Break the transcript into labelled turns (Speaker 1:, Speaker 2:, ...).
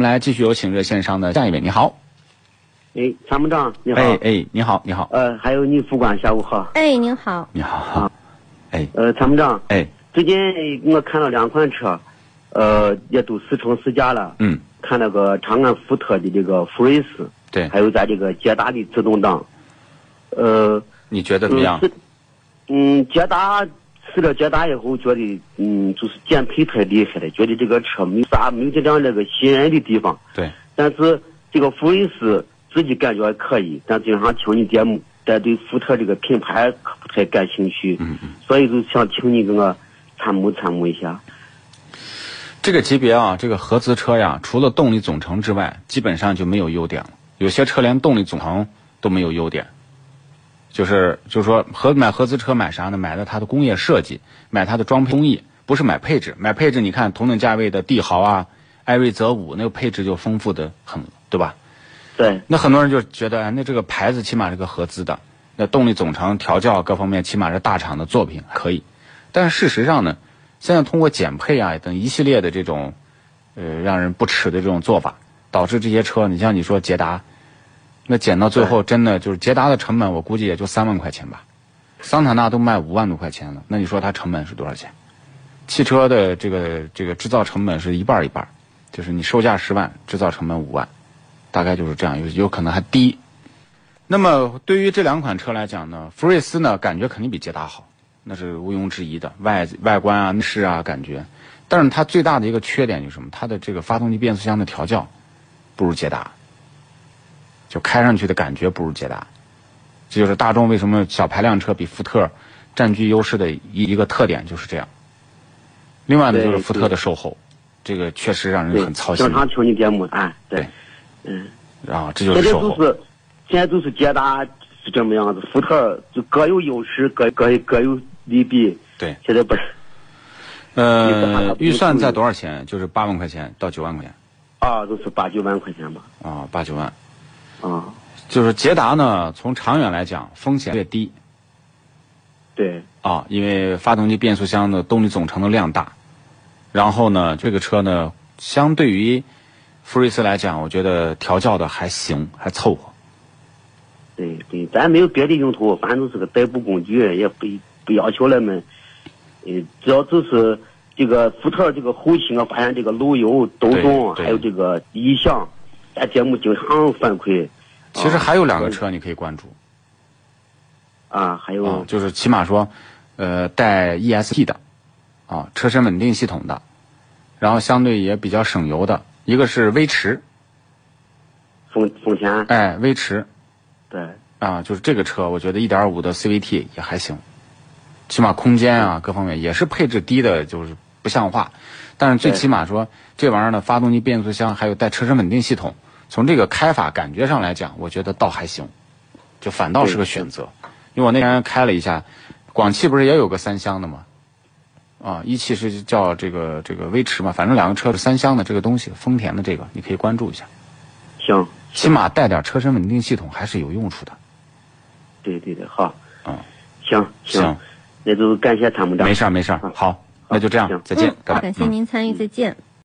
Speaker 1: 我们来继续有请热线上的下一位，你好，
Speaker 2: 哎，参谋长你好，
Speaker 1: 哎哎，你好，你好，
Speaker 2: 呃，还有女副官下午好，
Speaker 3: 哎，您好，
Speaker 1: 你
Speaker 2: 啊
Speaker 1: 好， 哎
Speaker 2: 呃，参谋长，
Speaker 1: 哎，
Speaker 2: 最近呃我看了两款车，呃，也都试乘试驾了，
Speaker 1: 嗯，
Speaker 2: 看那个长安福特的这个福睿斯，
Speaker 1: 对
Speaker 2: 还有咱这个捷达的自动挡，呃，
Speaker 1: 你觉得怎么样
Speaker 2: 嗯？是嗯，捷达试了捷达以后，觉得嗯，就是减配太厉害了，觉得这个车没啥没有这辆那个吸引人的地方，
Speaker 1: 对，
Speaker 2: 但是这个福睿斯自己感觉还可以，但经常听你节目，但对福特这个品牌可不太感兴趣，
Speaker 1: 嗯嗯
Speaker 2: 所以就想请你给我参谋参谋一下。
Speaker 1: 这个级别啊，这个合资车呀，除了动力总成之外，基本上就没有优点了。有些车连动力总成都没有优点，就是就是说合买合资车买啥呢？买的它的工业设计，买它的装配工艺，不是买配置。买配置，你看同等价位的帝豪啊、艾瑞泽五，那个配置就丰富的很了，对吧？
Speaker 2: 对，
Speaker 1: 那很多人就觉得，哎，那这个牌子起码是个合资的，那动力总成、调教各方面起码是大厂的作品，可以。但是事实上呢，现在通过减配啊等一系列的这种，呃，让人不齿的这种做法，导致这些车，你像你说捷达，那减到最后真的就是捷达的成本，我估计也就三万块钱吧，桑塔纳都卖五万多块钱了，那你说它成本是多少钱？汽车的这个这个制造成本是一半儿一半儿，就是你售价十万，制造成本五万。大概就是这样，有有可能还低。那么对于这两款车来讲呢，福睿斯呢感觉肯定比捷达好，那是毋庸置疑的，外外观啊、内饰啊感觉。但是它最大的一个缺点就是什么？它的这个发动机变速箱的调教不如捷达，就开上去的感觉不如捷达。这就是大众为什么小排量车比福特占据优势的一一个特点，就是这样。另外呢，
Speaker 2: 对
Speaker 1: 就是福特
Speaker 2: 对
Speaker 1: 的售后，这个确实让嗯
Speaker 2: 对
Speaker 1: 人很，操心
Speaker 2: 经。常听你节目，哎，对
Speaker 1: 对，
Speaker 2: 嗯，
Speaker 1: 啊，这就
Speaker 2: 现在
Speaker 1: 是售
Speaker 2: 就
Speaker 1: 后。
Speaker 2: 是现在就是捷达是这么样子，福特就各有优势，各各各有利弊。
Speaker 1: 对
Speaker 2: 现在不是
Speaker 1: 呃，预算在多少钱？就是八万块钱到九万块钱
Speaker 2: 啊，就是八九万块钱吧，
Speaker 1: 啊，八九万。
Speaker 2: 啊，
Speaker 1: 就是捷达呢，从长远来讲风险越低
Speaker 2: 对，
Speaker 1: 啊，因为发动机、变速箱的动力总成的量大，然后呢，这个车呢，相对于福睿斯来讲，我觉得调教的还行，还凑合。
Speaker 2: 对对，咱没有别的用途，反正就是个代步工具，也不不要求人们，呃，只要就是这个福特这个后期，我发现这个路由、抖
Speaker 1: 对
Speaker 2: 动，
Speaker 1: 对
Speaker 2: 还有这个异响，咱节目经常反馈
Speaker 1: 其实还有两个车哦你可以关注
Speaker 2: 啊，还有、
Speaker 1: 啊，就是起码说，呃，带 ESP 的啊，车身稳定系统的，然后相对也比较省油的，一个是威驰，
Speaker 2: 丰丰田，
Speaker 1: 哎，威驰。
Speaker 2: 对
Speaker 1: 啊，就是这个车，我觉得一点五的 CVT 也还行，起码空间啊各方面也是配置低的，就是不像话。但是最
Speaker 2: 对
Speaker 1: 起码说这玩意儿呢，发动机、变速箱还有带车身稳定系统，从这个开法感觉上来讲，我觉得倒还行，就反倒是个选择。因为我那天开了一下，广汽不是也有个三厢的吗？啊，一汽是叫这个这个威驰嘛，反正两个车是三厢的这个东西，丰田的这个你可以关注一下，
Speaker 2: 行，
Speaker 1: 起码带点车身稳定系统还是有用处的。
Speaker 2: 对对对，好，
Speaker 1: 嗯，
Speaker 2: 行
Speaker 1: 行
Speaker 2: 行，。那就感谢参谋长，
Speaker 1: 没事儿，没事儿，好，那就这样
Speaker 2: 行，
Speaker 1: 再见
Speaker 3: 嗯，
Speaker 1: 拜拜。
Speaker 3: 感谢
Speaker 1: 嗯
Speaker 3: 您参与，再见。